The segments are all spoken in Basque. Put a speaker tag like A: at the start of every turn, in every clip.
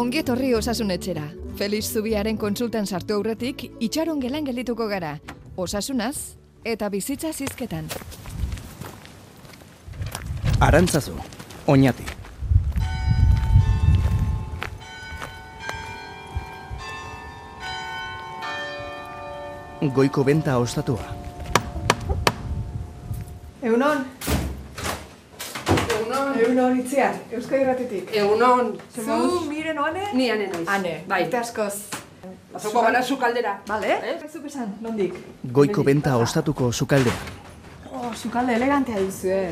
A: Ongi etorri osasun etxera. Feliz Zubiaren konsultan sartu aurretik itxaron gelan geldituko gara. Osasunaz eta bizitza zizketan.
B: Arantzazu, oñati. Goiko benta ostatua.
C: Eunon,
D: Egunon.
C: eunon itziar, Euskadi Irratitik.
D: Egunon.
C: Zu, miren oane?
D: Ni ane naiz.
C: Ane,
D: Bai.
C: urte askoz.
D: Azoko gara zu kaldera.
C: Bale?
A: Bai.
D: Eh?
C: Eh? Zuk esan, nondik?
B: Goiko benta ostatuko sukaldean.
C: Oh, sukalde elegantea duzu, eh?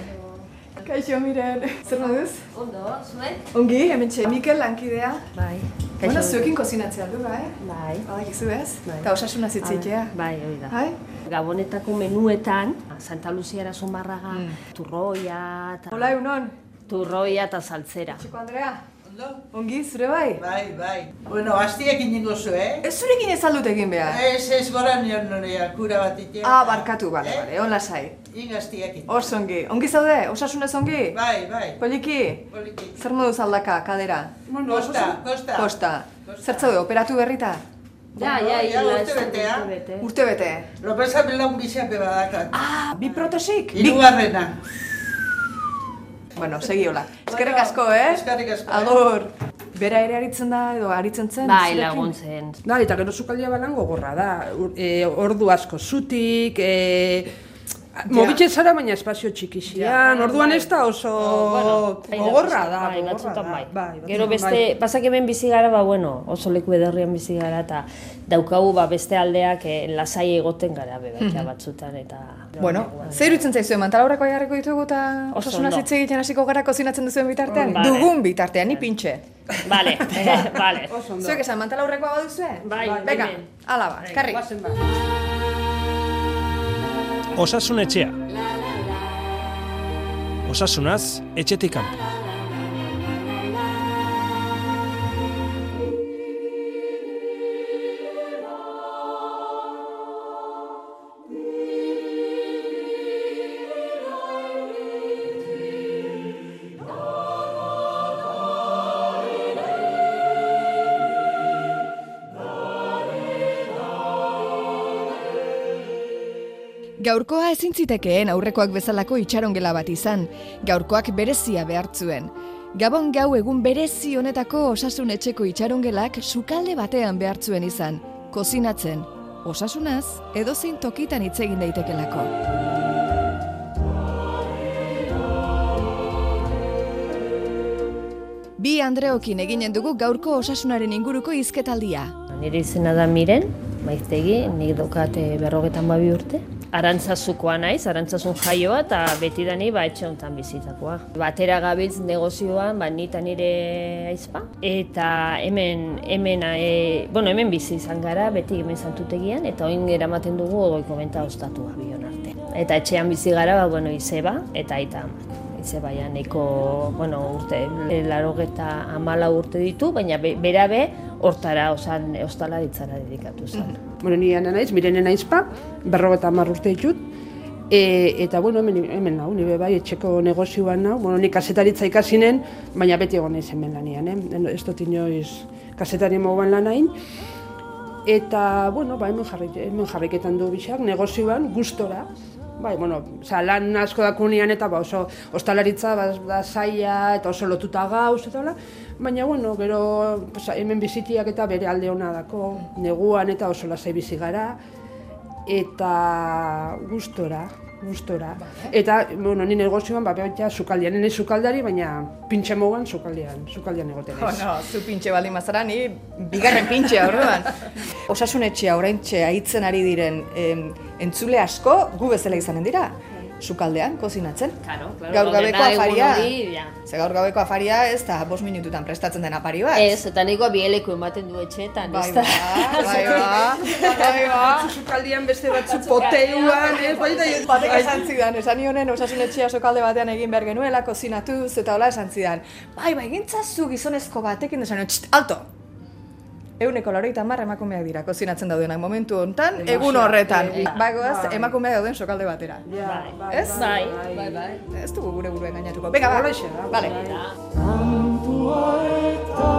C: Kaixo, miren. Zer moduz?
E: Ondo, zuek?
C: Ongi, hemen txe, Mikel lankidea.
E: Bai.
C: Bueno, zuekin kozinatzea du, bai?
E: Bai.
C: Badakizu ez?
E: Bai.
C: Eta osasuna zitzitea.
E: Bai, hori da.
C: Bai?
E: Gabonetako menuetan, Santa Lucia erazumarraga,
F: Mm.
E: turroia, eta...
C: Hola, eunon.
E: Turroia eta saltzera.
C: Txiko Andrea.
G: Ondo?
C: Ongi, zure bai?
G: Bai, bai. Bueno, hastiak inengo zu, eh?
C: Ez zurekin ez aldut egin behar.
G: Ez, ez, bora nion norea, kura bat itea.
C: Bai. Ah, barkatu, bale,
G: Eh.
C: bale, on lasai.
G: Ing hastiak in.
C: Oso ongi. Ongi zaude, osasunez ongi?
G: Bai, bai.
C: Poliki?
G: Poliki.
C: Zer moduz aldaka, kadera?
G: Kosta, kosta.
C: Kosta.
G: Kosta.
C: Zer zaude, operatu berrita?
E: Ja, ja,
G: Ja,
E: hila,
G: urte betea.
E: urte bete.
C: Urte bete.
G: Lopeza belaun biziak bebadakat.
C: Ah, bi protesik? Bi...
G: Hirugarrena.
C: Bueno, segi hola. Eskerrik
G: Bueno,
C: asko, eh?
G: eskerrik asko, eh?
C: Agur. Bera ere aritzen da, edo aritzen zen?
E: Bai,
C: zurekin?
E: lagun zen.
F: Da, eta gero sukaldia balan gogorra da. Ur- E, ordu asko zutik, e, mobitxe zara baina espazio txikizian, orduan ez da oso gogorra da.
E: Bai,
F: gogorra
E: Oh, batzutan
F: da.
E: bai.
F: Bai,
E: Gero
F: batzutan
E: beste,
F: bai.
E: pasak hemen bizi gara, ba, bueno, oso leku ederrian bizi gara, eta daukagu ba, beste aldeak eh, lasai egoten gara, bebakia batzutan, eta...
C: Bueno, zer irutzen zaizu eman, talaurako jarriko ditugu eta
E: Oso
C: osasuna
E: ondo.
C: zitze egiten hasiko gara kozinatzen duzuen bitartean?
E: Vale.
C: Dugun bitartean, ni pintxe.
E: Vale, vale.
F: Oso ondo.
C: Zuek esan, mantalaurrekoa baduzue?
E: Bai,
C: Beka,
E: hemen.
C: ala ba, karri.
F: Guazen ba.
H: Osasun etxea. Osasunaz, etxetik kanpo.
A: Gaurkoa ezin zitekeen aurrekoak bezalako itxarongela bat izan, gaurkoak berezia behartzuen. Gabon gau egun berezi honetako osasun etxeko itxarongelak sukalde batean behartzuen izan, kozinatzen, osasunaz edozein tokitan hitz egin daitekelako. Bi Andreokin eginen dugu gaurko osasunaren inguruko hizketaldia.
E: Nire izena da Miren, maiztegi, nik daukat eh, berrogetan babi urte. Arantzazukoa naiz, arantzazun jaioa eta beti da ni ba etxe honetan bizitakoa. Batera gabiltz negozioan, ba ni eta nire aizpa. Eta hemen, hemen, eh, bueno, hemen bizi izan gara, beti hemen santutegian, eta oin eramaten dugu goiko benta ostatua bion arte. Eta etxean bizi gara, ba, bueno, izeba eta aita amak. Ize baina nahiko, bueno, urte, laro eta amala urte ditu, baina be, berabe hortara, osan, ostala ditzara dedikatu zen.
F: Bueno, ni ana naiz, mirenen aizpa, berrogeta hamar urte ditut, e, eta bueno, hemen, hemen nau, nire bai, etxeko negozioan nau, bueno, ni kasetaritza ikasinen, baina beti egon naiz hemen lanian, eh? En- ez dut inoiz kasetari moguan lanain, eta, bueno, ba, hemen, jarri, hemen jarriketan du bisak, negozioan, gustora, Bai, bueno, oza, lan asko dakunean eta ba, oso ostalaritza ba, da zaila eta oso lotuta gauz eta hola, baina bueno, gero pues, hemen bizitiak eta bere alde ona dako, neguan eta oso lasai bizi gara eta gustora, gustora. Eta, bueno, ni negozioan, ba, behar sukaldian, nire sukaldari, baina pintxe mogan sukaldian, sukaldian egoten
C: Oh,
F: ez.
C: no, zu pintxe baldin bazara, ni bigarren pintxea orduan. Osasun etxea, orain haitzen ari diren em, entzule asko gu bezala izanen dira. Sukaldean, kozinatzen.
E: Claro, claro,
C: gaur
E: gauden
C: gabeko
E: da egun
C: afaria.
E: hori, ja.
C: Ze gaur gabeko afaria ez da bost minututan prestatzen den apari bat.
E: Ez, eta nahiko bieleko ematen du etxeetan,
C: Bai,
E: ez
C: ba,
E: da?
C: bai, ba, bai, ba.
F: Sukaldian beste batzu poteuan, ez, bai, da-
C: Batek esan zidan, esan nionen osasun etxea sokalde batean egin behar genuela, kozinatuz, eta hola esan zidan. Bai, bai, gintzazu gizonezko batekin, esan nion, "Txt, alto! Euneko laroita hamar emakumeak dira, kozinatzen daudenak momentu hontan, egun horretan. Bagoaz, emakumeak dauden sokalde batera.
E: Bai,
C: Ez?
E: bai, bai, bai.
C: Ez dugu gure buruen gainatuko. Venga, ba,
F: Horixe da,
C: Vale.
E: Da.
I: Kantua eta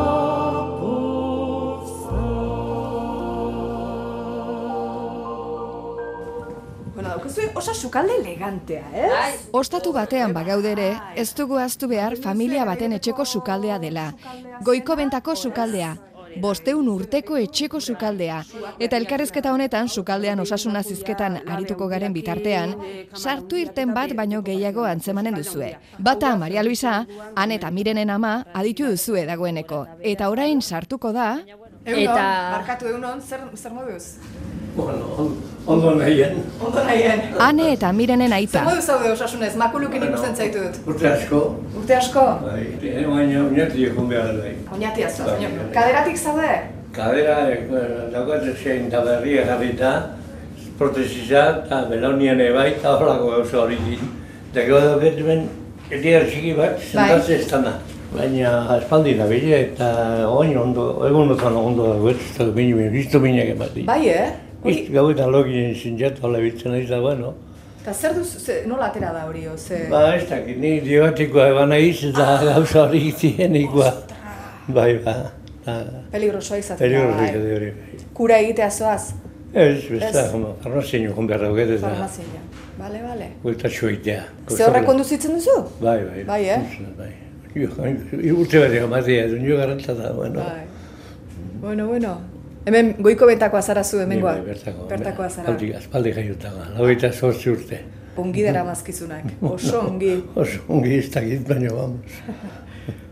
C: ona daukazue, oso sukalde elegantea, ez? Bai.
A: Ostatu batean bagaude ere, ez dugu ahaztu behar familia baten etxeko sukaldea dela. Goiko bentako sukaldea, bosteun urteko etxeko sukaldea. Eta elkarrezketa honetan, sukaldean osasuna zizketan arituko garen bitartean, sartu irten bat baino gehiago antzemanen duzue. Bata, Maria Luisa, han eta mirenen ama, aditu duzue dagoeneko. Eta orain sartuko da,
C: Eunon, eta...
E: Eta-
C: barkatu eunon, zer, zer moduz?
I: Bueno, ondo nahien,
C: Ondo nahien.
A: ane eta mirenen
C: Zer
A: aita.
C: moduz zaude osasunez, makulukin ikusten zaitut.
I: urte asko,
C: Urte asko,
I: bai, baina oinatu joan behar da.
C: oñatia zaz,
I: Bai,
C: baina
I: bai.
C: kaderatik zaude?
I: Kabera, daukat zein taberria jarrita, protesiza, eta belaunien ebai, eta horako oso hori. Eta gero da beti ben, etia txiki bat, zentatze ez dana. Baina aspaldi da bila, eta oin ondo, egun otan ondo da, ez da bine, biztu binak emati.
C: Bai, eh? Hori,
I: Izt gauetan logien sinjatu, hola biltzen ez da, bueno.
C: eta zer duz, ze, nola atera da hori, oze?
I: Ba, ez dakit, ni dioatikoa eban nahiz, eta gauza hori zienikoa. Bai, ba, eta
C: Peligrosoa izaten da,
I: periorrik
C: bai.
I: edo hori. bai.
C: Kura egitea zoaz,
I: Ez, besta,
C: Ez.
I: farmazien joan behar dauket eta
C: farmazia. Bale, bale.
I: guelta txoitea.
C: Ze horrek konduzitzen duzu?
I: Bai, bai.
C: Bai, eh?
I: zuzen, Bai. Jo, jo, Urte bat ega matea, du nio garantza da, bueno.
C: Bai. Bueno, bueno. Hemen goiko betakoa zara zu
I: Ni
C: hemengoa.
I: bai, bertako.
C: Bertakoa zara.
I: Aspaldi, aspaldi jaiotama, laugaita zortzi urte.
C: Ongi dara mazkizunak, oso ongi.
I: Oso ongi ez dakit, baina, vamos.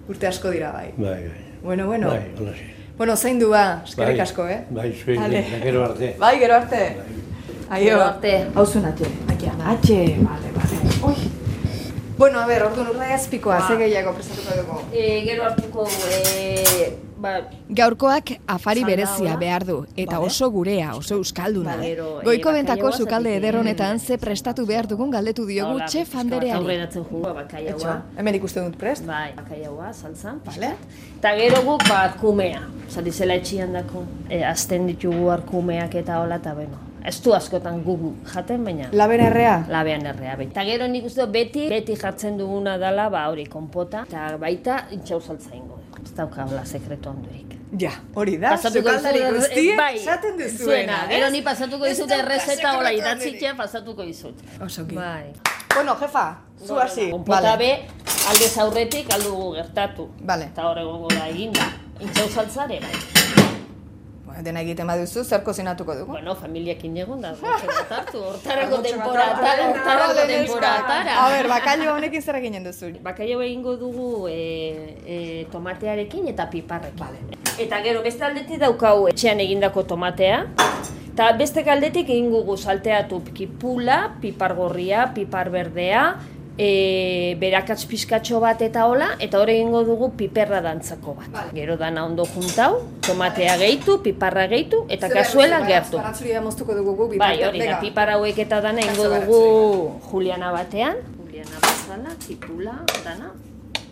C: Urte asko dira bai.
I: Bai, bai.
C: Bueno, bueno.
I: Bai, hola, sí.
C: Bueno, zaindu ba, eskerrik
I: Bai.
C: asko, eh?
I: Bai, zuek,
C: Vale.
I: eta gero arte.
C: Bai, gero arte. Aio.
E: Gero arte.
C: Hauzun atxe. Atxe, atxe. Vale, vale. Oi. Bueno, a ver, orduan urrai azpikoa,
A: Ah.
C: ze gehiago prestatuko dugu.
E: E, gero hartuko, e, ba,
A: Gaurkoak afari
E: Salda
A: berezia
E: ona.
A: behar du, eta oso gurea, oso euskalduna.
E: Ba, gero, eh,
A: Goiko bentako
E: bakailaoa
A: zukalde
E: zatik,
A: eder honetan
E: eh,
A: ze prestatu behar dugun galdetu diogu
E: hola,
A: txef
E: pixka bat
A: handereari.
E: Aurreratzen jungo, bakaiagoa.
C: Etxo, hemen ikusten dut prest.
E: Bai, bakaiagoa, saltza.
C: Vale.
E: Eta gero guk ba, kumea, zari zela etxian dako. E, azten ditugu arkumeak eta hola, eta bueno. Ez du askotan gugu jaten, baina
C: Labera errea.
E: labean errea beti. Eta gero nik uste dut beti, beti jartzen duguna dela, ba hori konpota, eta baita intxau saltza ingo. Ez daukagula sekretu handurik.
C: Ja, hori da,
E: Pasatuko
C: zukaldari
E: dizut-
C: guztiek
E: bai,
C: esaten
E: zuena.
C: duzuena.
E: Gero
C: ez?
E: ni pasatuko
C: Ez
E: dizut
C: dauka
E: errezeta
C: sekretu
E: hola
C: handirik.
E: idatzitxe pasatuko dizut.
C: Oso ongi.
E: Bai.
C: Bueno, jefa, zu hasi.
E: Konpota be, alde zaurretik aldugu gertatu.
C: Vale.
E: Eta hor egongo da eginda. Intxau saltzare, bai.
C: Bueno, dena egiten baduzu, zer kozinatuko dugu?
E: Bueno, familiakin egon da, gotxe bat hartu, hortarako
C: Gotxe bat
E: denbora atara,
C: hartu.
E: hortarako
C: Vale,
E: denbora
C: neska.
E: atara.
C: A ber, bakailo honekin zer eginen duzu?
E: Bakaio egingo dugu e, e, tomatearekin eta piparrekin. Eta gero beste aldetik daukau etxean egindako tomatea. Eta beste aldetik egin gugu salteatu kipula, pipar gorria, pipar berdea, e, berakatz pizkatxo bat eta hola, eta hor egingo dugu piperra dantzako bat. Gero dana ondo juntau, tomatea gehitu, piparra gehitu, eta kazuela gertu.
C: Baratzuria moztuko dugu gu,
E: Bai,
C: bitartean
E: hori da,
C: bega.
E: pipar hauek eta dana ingo
C: Kasu
E: dugu Juliana batean. Juliana bezala, tipula, dana.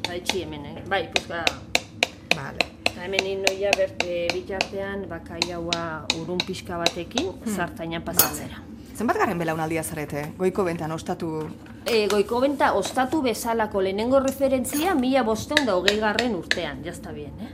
E: Ba, etxi hemen, eh? bai, puzka.
C: Vale.
E: Eta hemen inoia berte bitartean bakaiaua urun pixka batekin, zartaina pasatzera.
C: Zenbat garen belaunaldia zarete? Goiko bentan ostatu...
E: E, goiko benta, ostatu bezalako lehenengo referentzia mila bosteun da hogei garren urtean, jazta bien, eh?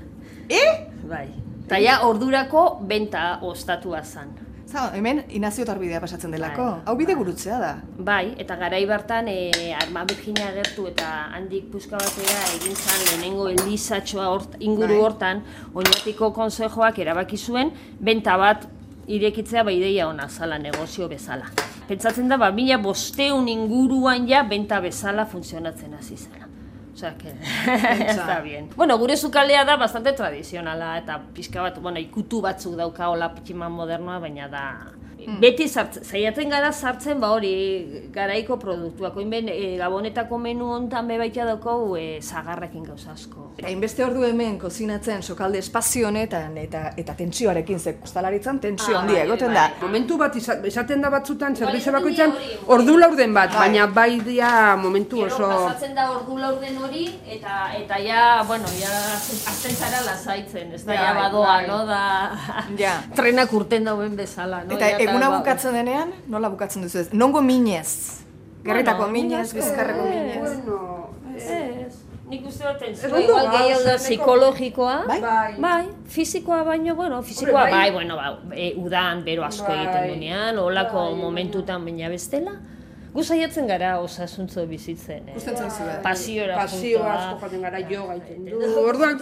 C: Eh?
E: Bai. Eta ja, ordurako benta ostatua zan.
C: Zau, hemen inazio tarbidea pasatzen delako.
E: Bai.
C: Hau bide gurutzea da.
E: Bai, eta garai bertan e, arma birgina agertu eta handik puska batera egin zan lehenengo elizatxoa hort, inguru
C: Bai.
E: hortan, oinatiko konsejoak erabaki zuen, benta bat irekitzea ba ideia ona zala negozio bezala. Pentsatzen da, ba, mila bosteun inguruan ja benta bezala funtzionatzen hasi zela. Osea, que está bien. Bueno, gure zukaldea da bastante tradizionala eta pixka bat, bueno, ikutu batzuk dauka hola pitximan modernoa, baina da... Beti sartzen, saiatzen gara sartzen, ba hori, garaiko produktuak. Oinben, e, gabonetako menu hontan bebaitia dauko e, zagarrekin gauza asko.
C: Eta Hainbeste ordu hemen kozinatzen sokalde espazio honetan eta eta tentsioarekin ze kostalaritzan tentsio
E: Ah,
C: handia
E: bai,
C: egoten
E: bai.
C: da.
F: Momentu bat iza- izaten da batzutan, zerbitza
E: Hori
F: bakoitzan,
E: hori, hori.
F: ordu laurden bat,
C: Bai.
F: baina bai dia momentu
E: Gero
F: oso...
E: pasatzen da ordu laurden hori, eta eta ja, bueno, ja azten zara lasaitzen, ez da, ja,
C: Bai,
E: badoa,
C: bai.
E: no, da...
C: Ja.
E: Trenak urten dauen bezala, no?
C: Eta
E: ja,
C: eguna
E: ba-
C: bukatzen denean, nola bukatzen duzu ez? Eh. Nongo minez? Gerretako minez, bizkarreko minez.
F: Bueno, eh,
E: Nik uste dut
C: Ez
E: tensioa
C: ondo,
E: igual
C: ba,
E: gehiago da
C: oso neko-
E: psikologikoa.
C: Bai? Bai.
E: Bai, fisikoa baino, bueno, fisikoa
C: bai.
E: bai, bueno, ba, e, udan bero asko egiten
C: Bai.
E: dunean, olako momentutan baina bestela. Gu saiatzen gara osasuntzo bizitzen. Eh?
C: Gustatzen zaizu, bai.
E: Pasiora
F: Pasio
E: juntoa.
F: asko joaten gara yoga egiten du. Orduan,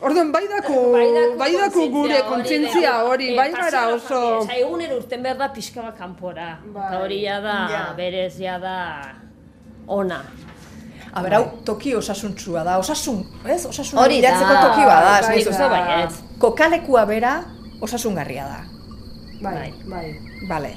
F: orduan bai dako,
E: Baidako
F: bai dako gure
E: kontzientzia
F: kontzientzia hori,
E: Eh,
F: bai gara
E: pasiora
F: oso...
E: jarri, Eta egunero urten behar da pixka bat kanpora. Eta hori ja da, berez ja da ona.
C: A ber, hau toki osasuntsua da, osasun, ez? Osasun
E: Hori da.
C: bilatzeko toki bat da,
E: Bai,
C: ez
E: bai, baietz.
C: Kokalekua bera osasungarria da.
E: Bai.
C: bai. Bale.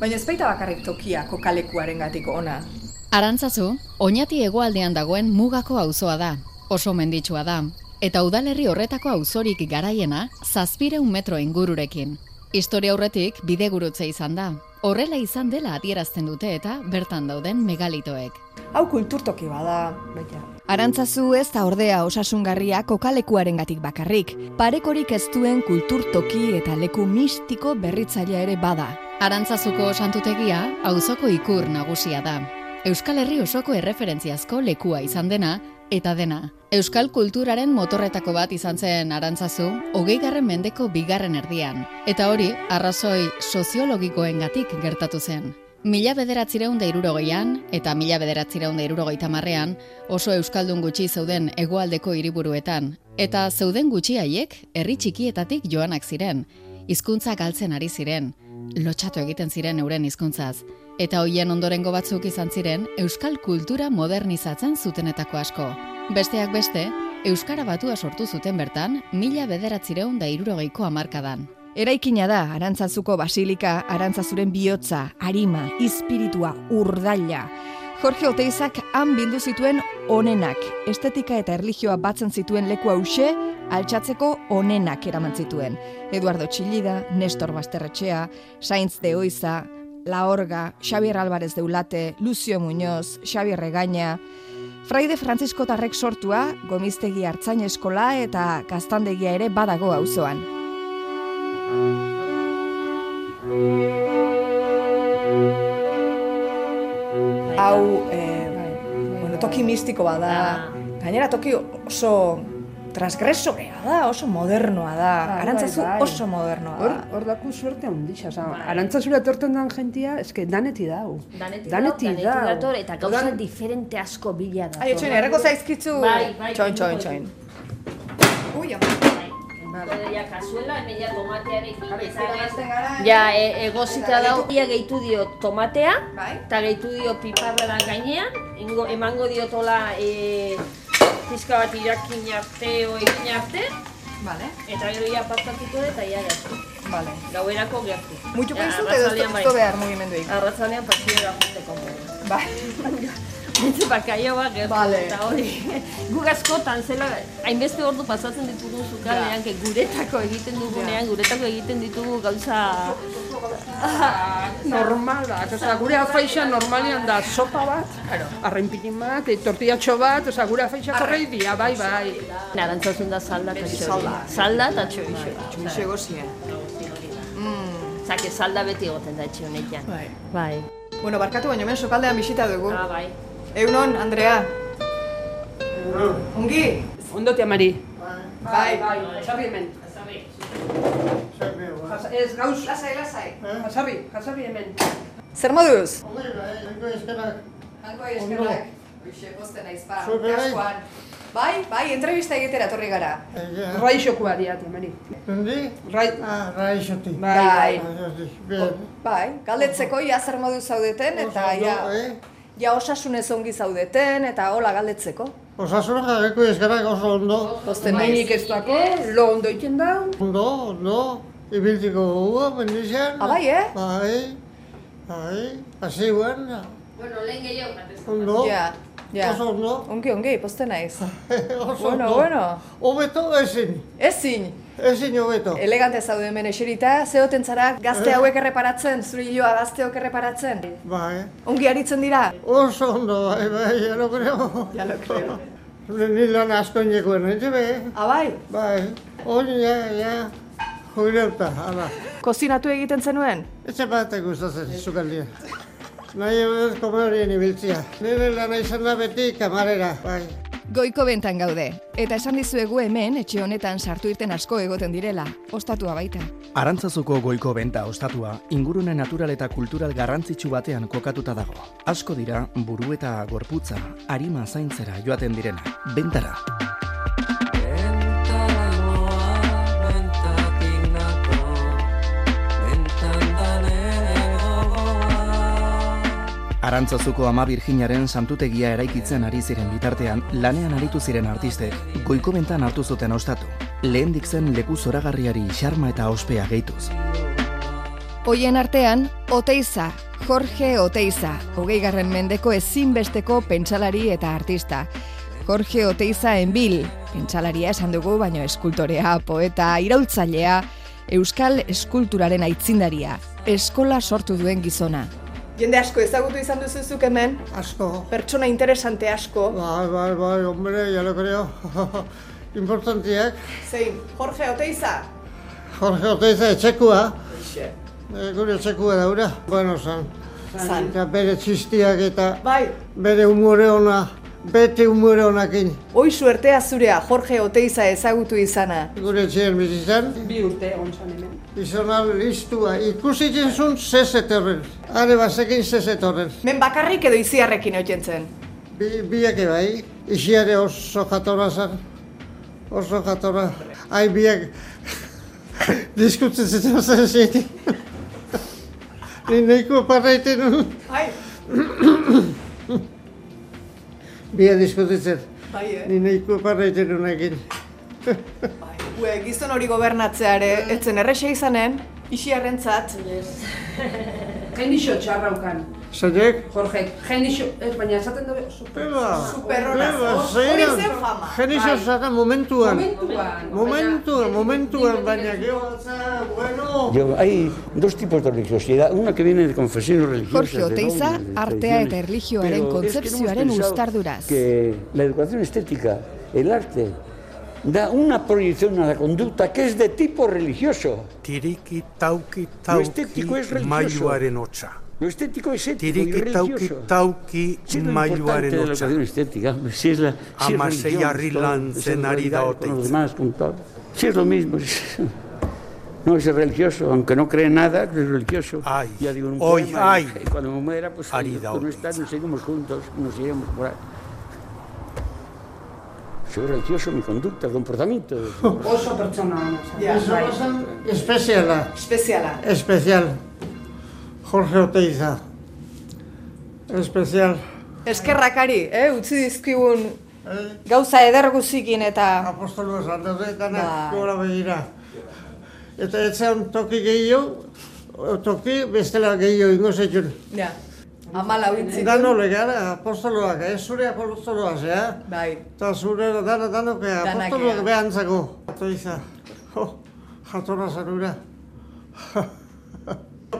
C: Baina ez baita bakarrik tokia kokalekuaren gatiko ona.
J: Arantzazu, oinati hegoaldean dagoen mugako auzoa da, oso menditsua da, eta udalerri horretako auzorik garaiena zazpireun metro ingururekin. Historia aurretik bidegurutze izan da, horrela izan dela adierazten dute eta bertan dauden megalitoek.
C: Hau kulturtoki bada, baina.
A: Arantzazu ez da ordea osasungarria kokalekuarengatik bakarrik, parekorik ez duen kulturtoki eta leku mistiko berritzailea ere bada.
J: Arantzazuko santutegia auzoko ikur nagusia da. Euskal Herri osoko erreferentziazko lekua izan dena eta dena. Euskal kulturaren motorretako bat izan zen arantzazu, hogei garren mendeko bigarren erdian. Eta hori, arrazoi soziologikoengatik gertatu zen. Mila bederatzireun da irurogeian, eta mila bederatzireun da irurogeita marrean, oso Euskaldun gutxi zeuden hegoaldeko hiriburuetan, eta zeuden gutxi haiek herri txikietatik joanak ziren, hizkuntza galtzen ari ziren, lotxatu egiten ziren euren hizkuntzaz, eta hoien ondorengo batzuk izan ziren euskal kultura modernizatzen zutenetako asko. Besteak beste, Euskara batua sortu zuten bertan, mila bederatzireun da irurogeiko amarkadan.
A: Eraikina da Arantzazuko basilika, Arantzazuren bihotza, arima, espiritua, urdaila. Jorge Oteizak han bildu zituen onenak, estetika eta erlijioa batzen zituen leku hause, altxatzeko onenak eraman zituen. Eduardo Txillida, Nestor Basterretxea, Sainz de Oiza, La Orga, Xavier Álvarez Deulate, Lucio Muñoz, Xavier Regaña, Fraide Francisco Tarrek sortua, gomiztegi hartzain eskola eta gaztandegia ere badago auzoan.
C: Hau, eh, bueno, toki mistiko bada.
E: Da.
C: Gainera toki oso transgresorea da, oso modernoa da.
F: Bai,
C: Arantzazu
F: bai, bai.
C: oso modernoa
F: Hor,
C: da.
F: hor daku suerte handixa, oza, arantzazura etorten dan jentia, eske daneti dau.
E: Danetik,
F: Daneti
E: danetik
F: dau.
E: dator, eta gauza
F: Orduan,
E: diferente asko bila dator.
C: Ai, txoin, erreko zaizkitzu.
E: Bai, bai,
C: txoin, txoin,
E: kenduko
C: txoin. Ui,
E: Ja, kasuela, hemen ja tomatearekin
C: iragasten
E: ezaren.
C: gara.
E: Ja, e, egozita
C: Eta
E: dago, ia gehitu dio tomatea,
C: Bai.
E: eta gehitu dio piparra gainean, ingo, emango diotola e, pizka bat irakin arte, o egin arte,
C: Vale,
E: eta gero ia pastatuko dut, eta ia gertu.
C: vale.
E: Gauerako gertu.
C: Mutuko
E: Ja,
C: izut edo ez
E: arratsaldean
C: dut- ez
E: bai.
C: dut behar mugimenduik.
E: Arratzalean pasiora juteko.
C: Bai.
E: Bentzu bakaio bat gertu
C: Bale.
E: eta hori. Guk askotan zela, hainbeste ordu pasatzen ditugu zukaldean, que guretako egiten dugunean, guretako egiten ditugu gauza...
F: Normala, oza, gure afaixa normalian da sopa bat, arrain pinin bat, e, tortillatxo bat, oza, gure afaixa horrei dia, bai, bai.
E: Narantzazun da salda eta txori. Salda eta txori.
C: Segozia.
E: Zake salda beti egoten da etxe honetan.
C: Bai.
E: Bai.
C: Bueno, barkatu baina hemen sokaldean bisita dugu.
E: Ah, bai.
C: Eunon, Andrea. Ongi?
F: Ondote amari.
C: Bai, bai.
F: Jasarri hemen. Jas- Ez, gauz. Lasai, lasai. Jasarri, jasarri hemen.
C: Zer moduz?
A: Hango
C: eskerrak. Hoxe, gozten aiz, ba,
A: Zuk
G: ere bai?
C: kaskoan. Bai, bai, entrevista egitera torri gara.
F: Raixokoa diat, amari. Rai...
G: Ah, raixotik.
F: Bai, bai.
C: Bai, galdetzeko ia zer moduz zaudeten eta ja, ja osasunez ongi zaudeten eta hola galdetzeko.
G: Osasunak gabeko ezkerak oso ondo,
C: Gozten
F: Minik ez dako, lo ondo iten dau.
G: ondo, ondo, ibiltiko dugu, bendizan.
C: Abai, eh?
G: Bai, bai, hasi guen,
E: Bueno, lehen gehiago
G: ondo,
C: Ja, ja.
G: oso ondo,
C: Ongi, ongi, posten naiz.
G: oso
C: Bueno,
G: ondo.
C: bueno.
G: Hobeto ezin,
C: Ezin,
G: ezin hobeto.
C: elegante zaude hemen eserita, zeoten zara gazte hauek erreparatzen, zure hiloa gazteok erreparatzen.
G: Bai,
C: Ongi aritzen dira?
G: oso ondo, bai, bai, ya lo creo.
C: Ja lo creo.
G: Ni lan askoinekoen, etxe be,
C: Abai,
G: bai, hori, ja, ja, jubilauta, ala.
C: kozinatu egiten zenuen?
G: Etxe batek gustatzen zukaldia. Nahi ebedez komarien ibiltzia. Nire lana izan da beti kamarera, bai.
A: Goiko bentan gaude, eta esan dizuegu hemen etxe honetan sartu irten asko egoten direla, ostatua baita.
B: Arantzazuko goiko benta ostatua ingurune natural eta kultural garrantzitsu batean kokatuta dago. Asko dira buru eta gorputza arima zaintzera joaten direna. Bentara. Arantzazuko ama Virginiaren santutegia eraikitzen ari ziren bitartean lanean aritu ziren artistek goiko bentan hartu zuten ostatu. Lehendik zen leku zoragarriari xarma eta ospea gehituz.
A: Hoien artean, Oteiza, Jorge Oteiza, hogei garren mendeko ezinbesteko pentsalari eta artista. Jorge Oteiza enbil, pentsalaria esan dugu, baino eskultorea, poeta, iraultzailea, euskal eskulturaren aitzindaria, eskola sortu duen gizona.
C: Jende asko ezagutu izan duzuzuk hemen.
G: Asko.
C: Pertsona interesante asko.
G: Bai, bai, bai, hombre, ya lo creo. Importantiak.
C: Zein, Jorge Oteiza?
G: Jorge Oteiza etxekua.
C: Eixe.
G: E, gure etxekua daura. Bueno, zan.
C: Zan.
G: Eta bere txistiak eta
C: Bai,
G: bere umore ona, bete umore onakin.
C: oi suertea zurea Jorge Oteiza ezagutu izana.
G: Gure etxean bizitzen,
F: Bi urte egon zan hemen.
G: izona listua, ikusi jentzun zezetorren. Are bazekin zezetorren.
C: Men bakarrik edo iziarrekin oiten zen.
G: Bi, biak bai, isiare oso jatorra zen. Oso jatorra. Ai, biak diskutzen zitzen zen zeti. Ni nahiko parraiten nun.
C: Ai,
G: Biak diskutzen.
C: bai, eh?
G: Ni nahiko parraiten nun egin.
C: Bai. Ue, gizon hori gobernatzeare, etzen errexe izanen, isiarrentzat.
F: Jendixo txarraukan.
G: Zainek?
F: Jorge, jendixo, ez baina esaten dugu oso
G: Beba,
C: Superrona. Hori zen fama.
G: Genizio
F: Bai.
G: zara momentuan.
F: momentuan.
G: Momentuan, momentuan, baina gero altza, bueno.
K: Yo- hay dos tipos de religiosidad, una que viene de confesiones religiosas.
A: Jorge
K: de
A: Oteiza,
K: dogmas, de
A: artea
K: tradiciones,
A: eta erlijioaren
K: pero es que hemos
A: kontzepzioaren
K: pensado
A: uztarduraz.
K: Que la educación estética, el arte, da una proyección a la conducta que es de tipo religioso.
L: Tiriki tauki
K: Lo estético es
L: tauki
K: religioso.
L: mailuaren hotza.
K: Lo estético es ético y
L: Tiriki tauki
K: religioso.
L: tauki
K: Sí, lo importante
L: mailuaren
K: de la
L: hotza.
K: educación estética, si es la si es
L: Hamasei
K: religión,
L: harri
K: todo,
L: lan
K: es
L: zen ari da
K: solidaridad con los
L: Oteiza.
K: demás, con todo. Si es lo mismo, es- no es religioso, aunque no cree nada, es religioso.
L: Ay,
K: ya digo, en un
L: hoy,
K: poema,
L: ay.
K: y cuando me muera, pues
L: Ari
K: oye,
L: da
K: tú no
L: Oteiza.
K: estás, nos seguimos juntos, nos iremos por ahí. Soy religioso, mi conducta, comportamiento.
F: Oso pertsona hona zan.
C: Ja,
G: Eso
C: bai.
G: basan espeziala,
C: Espeziala.
G: espezial. Jorge Oteiza. Espezial.
C: Eskerrakari, eh? Utzi dizkigun
G: Eh?
C: gauza eder guzikin eta...
G: Apostolu esan dut, eta
C: Bai.
G: gora begira. Eta etzean toki gehiago, toki bestela gehiago ingo zetxun.
C: Ja. Amala uintzik.
G: Dano legara apostoluak, ez zure apostoluak, zea?
C: Bai.
G: Eta zure dana danok eh,
C: Danak,
G: apostoluak
C: eh.
G: behantzako. Oteiza, jo, jatorra zanura.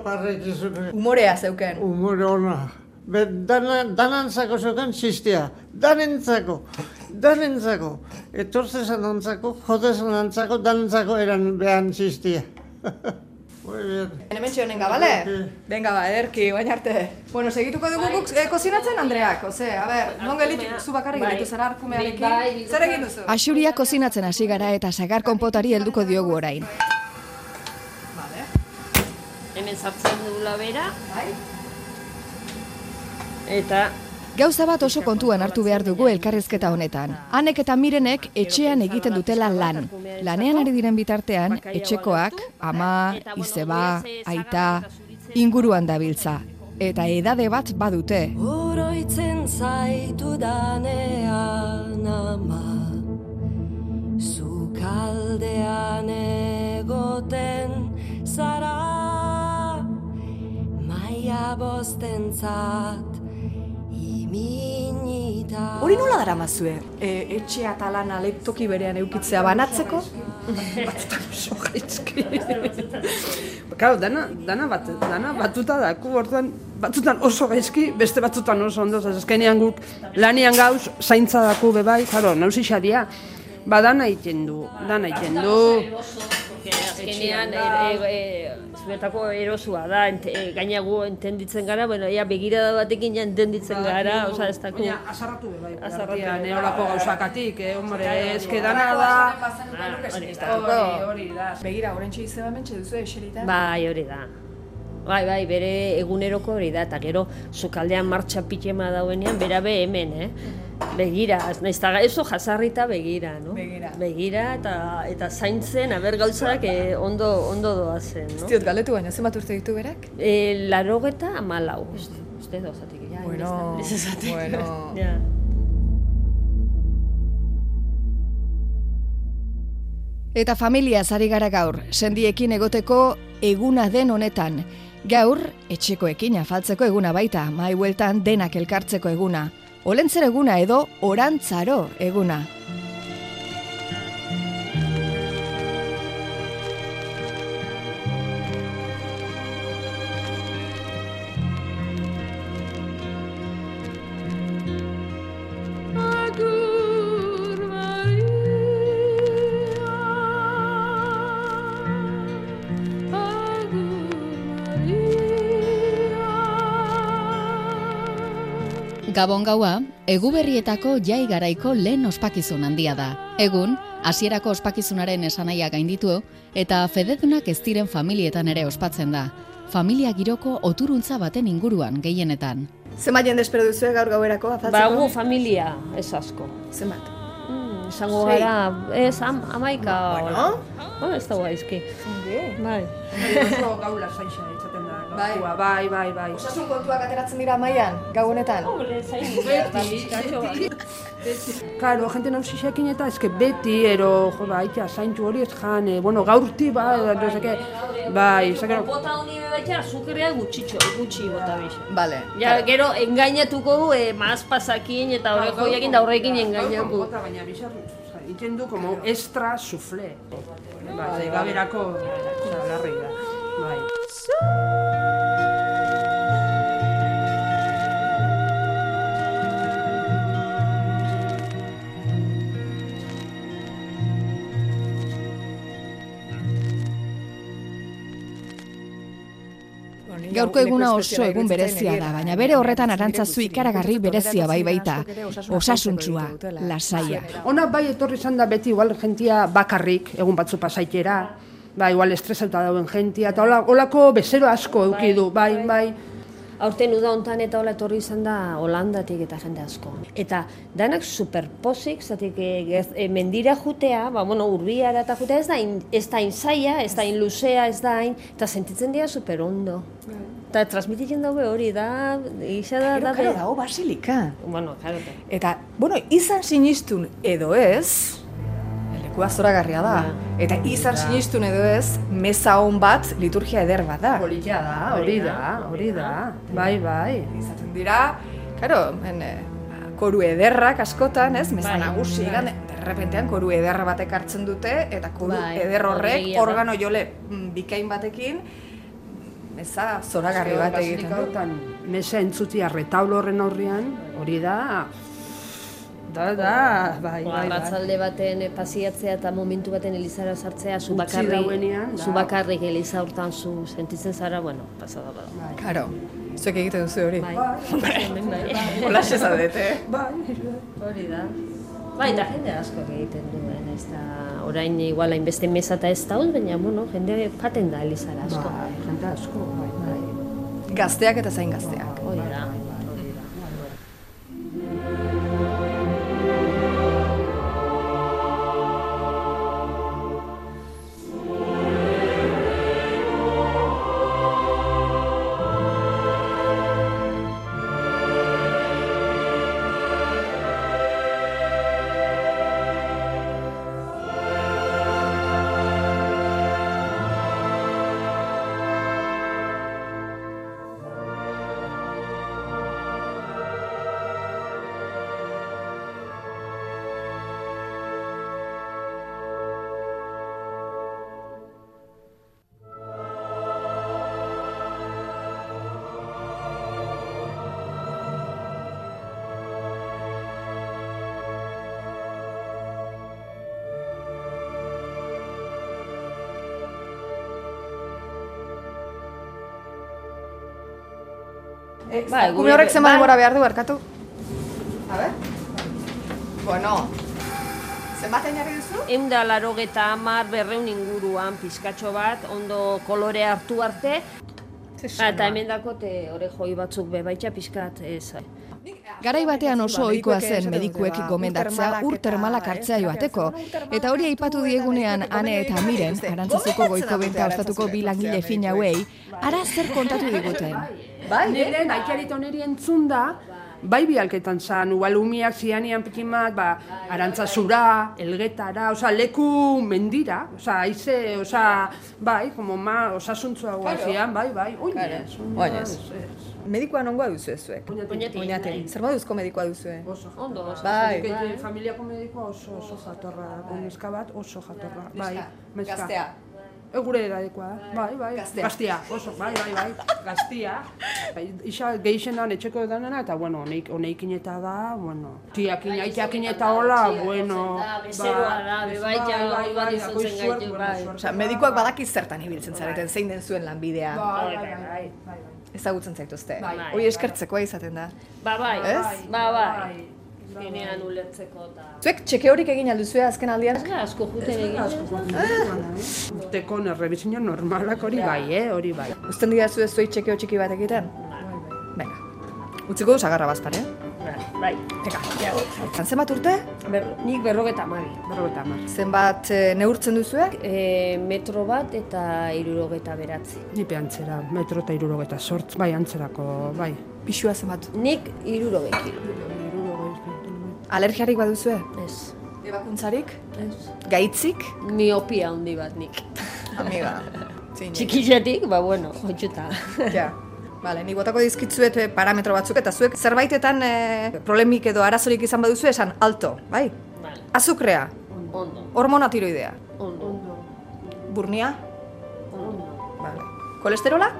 G: Parrek izune.
C: Umorea zeuken.
G: Umore ona. Be, dana, danantzako zuten txistia. Danentzako. Danentzako. Etorze zanantzako, jode zanantzako, danentzako eran behan txistia. Muy bien.
C: Hemen txionen gabale?
G: Ederki.
C: Benga ba, ederki, bain arte. Bueno, segituko dugu
E: Bai.
C: guk eh, kozinatzen, Andreak, oze, a ber, non gelitu, zu bakarrik
E: bai.
C: gelitu zara arkumearekin,
E: Bai, bai,
C: zer egin duzu?
A: Axuria kozinatzen hasi gara eta sagar konpotari helduko diogu orain.
E: Hemen sartzen dugula bera
C: Bai,
E: eta
A: Gauza bat oso kontuan hartu behar dugu elkarrizketa honetan. Hanek eta mirenek etxean egiten dutela lan. Lanean ari diren bitartean, etxekoak, ama, izeba, aita, inguruan dabiltza. Eta edade bat badute,
M: Oroitzen zaitu danean ama Zukaldean egoten zara Maia bostentzat iminita
C: Hori nola dara mazue? E, etxea eta lana lektoki berean eukitzea banatzeko? Batzutan oso gaizki.
F: Claro, dana, dana, bat, dana batuta da, ku orduan, batzutan oso gaizki, beste batzutan oso ondo, zaz, azkenean guk lanian gauz, zaintza bai, daku bebai, claro, nausi xadia, ba dana egiten du, dana egiten du,
E: Ke Azkenean, e, e, e, zuetako erosua da, ent, e, gaina gu entenditzen gara, bueno, ea begirada batekin ja entenditzen gara, oza, ez daku...
F: Baina, azarratu be, bai,
E: Azarratu
F: azarratu
E: be,
F: ne
E: bai.
F: holako gauzakatik, eh, hombre,
C: Bai,
F: eske
C: bai,
F: dana
C: bai,
F: da...
C: bai,
E: Ah,
C: bai,
E: hori
C: bai,
E: da.
C: Hori, hori da. Begira, orentxe izeba mentxe duzu eserita.
E: Bai, hori da. Bai, bai, bere eguneroko hori da, eta gero sukaldean martxa pitema dauenean, bera be hemen, eh? Begira, ez naiz eta eso jasarrita begira, no? Begira. eta, eta zaintzen, aber gauzak eh, ondo, ondo doazen, no?
C: Ziot galdetu baina, zenbat urte ditu berak?
E: E, larogeta amalau, uste, uste dozatik, ja,
C: Bueno,
E: ez da, ez esaten.
C: bueno.
E: ja.
A: Eta familia ari gara gaur, sendiekin egoteko eguna den honetan. Gaur, etxekoekin afaltzeko eguna baita, mai bueltan denak elkartzeko eguna. Olentzer eguna edo orantzaro eguna.
N: Agur Maria, Agur Maria.
J: Gabon gaua, eguberrietako jai garaiko lehen ospakizun handia da. Egun, hasierako ospakizunaren esanaia gainditu eta fededunak ez diren familietan ere ospatzen da. Familia giroko oturuntza baten inguruan gehienetan.
C: Zenbat jende espero duzu gaur gauerako
E: Ba,
C: afaltzeko?
E: gu familia, ez asko.
C: Zenbat?
E: Mm, Ah, izango
C: Sei.
E: gara, ez, am, amaika.
C: Bueno.
E: Oh, ez da guaizki. Bai.
F: Oso gaula zaixa izaten da.
C: Bai.
F: gaua, Bai, bai, bai.
C: Osasun kontuak ateratzen dira maian, gau honetan.
E: Hombre, zain.
F: Beti, beti. Claro, gente nausisekin eta eske beti, ero, jo, ba, itxa, zaintxu hori ez jan, eh, bueno, gaurti, ba, da, no seke, bai, sakero,
E: Bota honi bebaitza, azukrea gutxitxo, gutxi bota bixa.
C: Vale.
E: Ja, gero, engainatuko du, eh, mazpazakin eta horrekoiekin da horrekin engainatu.
F: baina bizar, iten du, como extra sufle. Bai,
E: Bai,
F: gaberako, oza, larri da. Bai.
A: Gaurko eguna oso egun berezia da, baina bere horretan arantzazu ikaragarri berezia bai baita. Osasuntsua, lasaia.
F: Ona bai etorri izan da beti igual jentia bakarrik, egun batzu pasaitera, bai, igual estresauta dauen jentia, eta hola, holako bezero asko euki du, bai, bai.
E: Aurten uda hontan eta hola etorri izan da Holandatik eta jende asko. Eta danak superpozik, zatik e, gez- e, mendira jutea, ba, bueno, urriara eta jutea, ez da in, ez da inzaia, ez da inluzea, ez da in, eta sentitzen dira superondo. Eta transmititzen daube hori, da, gisa da,
C: Gero,
E: da,
C: claro, dago basilika.
E: Bueno, claro,
F: Bai,
C: Eta, bueno, izan sinistun edo ez, lekua zoragarria da. Eta izan sinistun edo ez, meza hon bat liturgia eder bat da.
F: Politia da, hori da, hori da, bai, bai.
C: Izaten dira, karo, en, eh, koru ederrak askotan, ez, meza
F: Bai,
C: nagusi
F: bai.
C: igan, derrepentean koru eder batek hartzen dute, eta koru
F: Bai,
C: eder horrek
F: hori egia da.
C: organo jole mm, bikain batekin, meza zoragarri bat egiten
F: Basilika
C: du.
F: hortan, Mesa entzutia retaulo horren aurrean, hori da, da, da, bai, bai, bai.
E: Batzalde baten eh, pasiatzea eta momentu baten elizara sartzea, zu
F: Utzi
E: bakarrik,
F: dauenean, da.
E: zu bakarrik eliza hortan zu sentitzen zara, bueno, pasada bada.
F: Bai.
C: Karo, zuek egiten duzu hori.
E: Bai.
C: Hola zaudete. eh?
F: Bai,
E: hori da. Bai, eta jende asko egiten du, eh, ez da, orain igual hainbeste meza eta ez dauz, baina, bueno, jende paten da elizara asko. Bai,
F: jende asko, bai, bai.
C: Gazteak eta zain gazteak.
E: Hori da. Bai,
C: Ba, Kume horrek zenbat demora behar du, barkatu? A ber? Bueno, zenbat einarri duzu?
E: Eunda laro geta amar berreun inguruan pizkatxo bat, ondo kolore hartu arte. Ah, Eta hemen dakote orejoi batzuk bebaitxa pizkat ez. bai.
A: Garai batean oso ohikoa zen medikuek
C: ba,
A: gomendatzea ur termalak hartzea joateko, eta hori aipatu diegunean ane eta miren, arantzazuko goiko benta ostatuko bi langile fin hauei, ara zer kontatu diguten.
F: Bai, nire naikerit oneri entzun da, bai bialketan zan, ubalumiak zianian pikin bat, ba, arantzazura, elgetara, oza, leku mendira, oza, aize, oza, bai, como ma, osasuntzoa guazian, bai, bai, oinez,
C: Oinez. Medikoa nongoa duzu zuek? Oñategin. Zer moduzko medikoa duzue?
F: Oso
E: Ondo, oso.
C: Bai.
F: Bai. Familiako medikoa oso oso jatorra da, bai. neska bat oso jatorra, bai, neska.
C: Gaztea.
F: E, Gure eradekoa da, bai, bai,
C: Gaztea.
F: gaztia, oso, bai, bai, bai, gaztia. Bai, Isa geixenan etxeko danena, eta, bueno, honeik, honeikin eta da, bueno, tiakin,
E: Bai,
F: aitakin eta hola, bueno, Bai,
E: bezeroa da, bebaitxa, hori bat izan zen
F: bakoitzuak,
E: gaitu,
F: bueno,
E: bai.
F: suerte
C: Osa, medikoak badakiz zertan ibiltzen zareten, zein den zuen lanbidea.
E: Bai, bai, bai.
C: Ezagutzen zaituzte.
E: Bai.
C: Hori eskertzekoa izaten da.
E: Ba, bai,
C: Ez?
E: ba, bai. Genean ulertzeko eta...
C: Zuek txeke horik egin alduzue azken aldian?
E: Asko juten egin.
F: bai, Urteko nerrebizina normalak hori bai, eh, hori bai.
C: Uzten dira zu ez zuei txekeo txiki bat egiten? Venga. Utziko duz agarra bazpan, eh?
E: Bai.
C: Venga, jago. Zenbat urte?
E: Ber, nik berrogeta mabi.
F: Berrogeta mabi.
C: Zenbat eh, neurtzen duzue?
E: E, metro bat eta irurogeta beratzi.
F: Nipe antzera, metro eta irurogeta sortz, bai, antzerako, bai.
C: Pixua zenbat?
E: Nik irurogei kilo.
C: Alergiarik baduzue?
E: Ez.
C: Ebakuntzarik?
E: Ez.
C: Gaitzik?
E: Miopia handi bat nik.
C: Amiga.
E: Txikiletik, ba bueno, hotxuta.
C: Ja. Bale, nik botako dizkitzuet eh, parametro batzuk eta zuek zerbaitetan eh, problemik edo arazorik izan baduzu esan alto, bai?
E: Vale.
C: Azukrea,
E: Ondo.
C: hormona tiroidea,
E: Ondo.
C: burnia,
E: Ondo.
C: vale. kolesterola?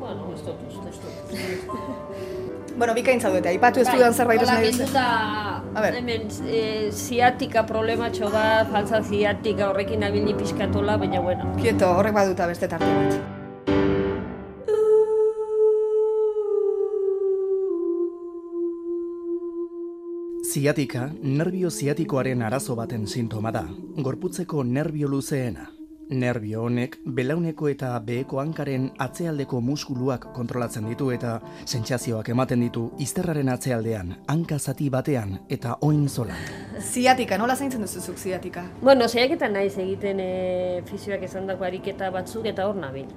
E: Bueno, ez dut uste, ez dut.
C: Bueno, bikain zaudete, aipatu ez dudan zerbait
E: Bai.
C: ez
E: hola,
C: nahi
E: bildu
C: duzu.
E: da,
C: A ber.
E: hemen, e, ziatika problematxo bat, falsa ziatika horrekin abili pizkatola, baina bueno.
C: Kieto, horrek baduta beste tarte bat.
B: Ziatika, nervio ziatikoaren arazo baten sintoma da, gorputzeko nervio luzeena. Nervio honek belauneko eta beheko hankaren atzealdeko muskuluak kontrolatzen ditu eta sentsazioak ematen ditu izterraren atzealdean, hanka zati batean eta oin zolan.
C: Ziatika, nola zaintzen duzu zuk ziatika?
E: Bueno, saiaketan naiz egiten e, fisioak esandako ariketa batzuk eta hor nabil.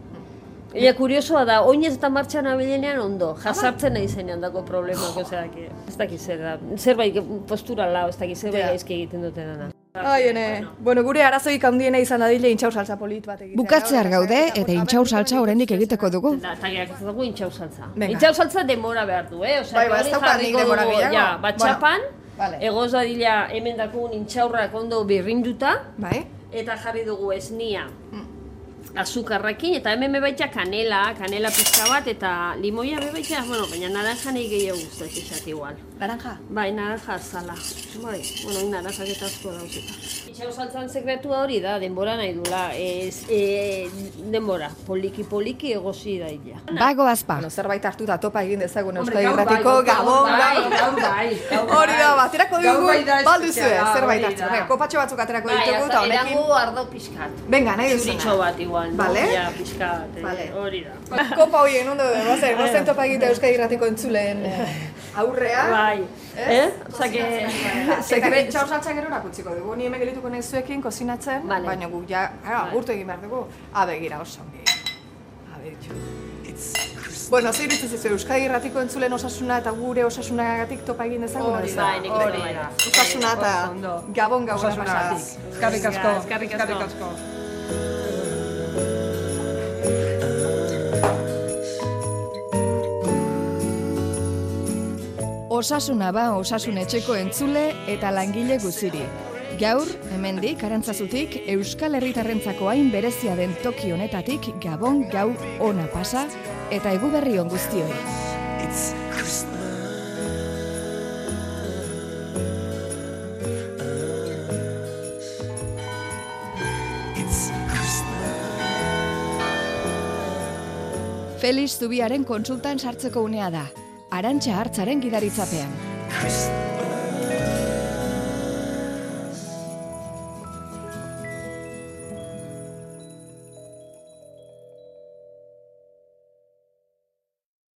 E: Ia kuriosoa da, oinez eta martxan nabilenean ondo, jasartzen naizenean dako problema, gozeak. Ez dakit zer da, zerbait postura lau, ez dakit zerbait
C: Ja.
E: gaizki egiten duten dana.
C: Ai, Bai, ene. Bueno, gure arazoik handiena izan dadile intxaur salsa polit bat egitea.
A: Bukatzear gaude eta intxaur saltsa oraindik egiteko dugu.
E: Da, eta gerak ez dugu intxau saltza.
A: Venga.
E: Intxau saltza demora behar du, eh? Osea,
C: Bai, bai, ez
E: hori
C: daukat
E: jarriko
C: nik demora
E: dugu,
C: gehiago.
E: Ja, bat
C: Bueno,
E: txapan,
C: vale.
E: egoz dadila hemen dakugun intxaurrak ondo birrinduta,
C: Bai?
E: eta jarri dugu esnia Mm. azukarrakin, eta hemen bebaitza kanela, kanela pizka bat, eta limoia bebaitza, bueno, baina naranja nahi gehiago guztatik izate igual.
C: Naranja?
E: Bai, naranja azala. Bai, bueno, hain naranjak eta asko dauzeta. Itxau saltzan sekretua hori da, denbora nahi dula, ez, e, denbora, poliki-poliki egosi da illa.
A: Bago azpa.
C: Bueno, zerbait hartu da topa egin dezagun
E: Hombre,
C: Euskadi
E: gaur bai,
C: Irratiko
E: gaur bai, gaur
C: gabon
E: bai,
C: gaur
E: gaur bai, gaur bai.
C: Hori da, baterako
E: Gaur
C: dugu
E: bai da
C: balduzue,
E: espetxea,
C: zerbait
E: hori
C: hartu.
E: da.
C: Venga, kopatxo batzuk aterako
E: Bai,
C: ditugu eta
E: eta
C: honekin.
E: erago ardo pizkat.
C: Venga, nahi duzuna.
E: Zuritxo bat igual, no?
C: Vale.
E: Ja, pizkat, eh,
C: Vale.
E: hori da.
C: Kopa horien ondo dugu, bazen, bazen topa egitea Euskadi Irratiko entzuleen eh, aurrean.
E: Bai, eh? Osa que...
C: Eta gero txaur saltsa gero erakutsiko dugu, ni hemen gelituko nahi zuekin kozinatzen,
E: Vale.
C: baina gu ja, ara,
E: Vale.
C: gurtu egin behar dugu. A begira, oso ongi. A ber, jo. Bueno, zer iruditzen zaizu Euskadi Irratiko entzulen osasuna eta gure osasunagatik topa egin dezagun
E: Hori
C: ez
E: da, nik uste bai.
C: Osasuna eta
E: Oso ondo.
C: gabon gaua
E: Osasunatik.
C: pasaz.
E: Eskerrik asko, Eskerrik asko. eskerrik
C: asko.
A: Osasuna ba osasun etxeko entzule eta langile guziri. Gaur, hemendik, arantzazutik, Euskal Herritarrentzako hain berezia den toki honetatik Gabon gau ona pasa eta egu berri on guztioi.
N: It's Christmas. It's Christmas.
C: Felix Zubiaren kontsultan sartzeko unea da. Arantxa hartzaren gidaritzapean.
F: Christmas.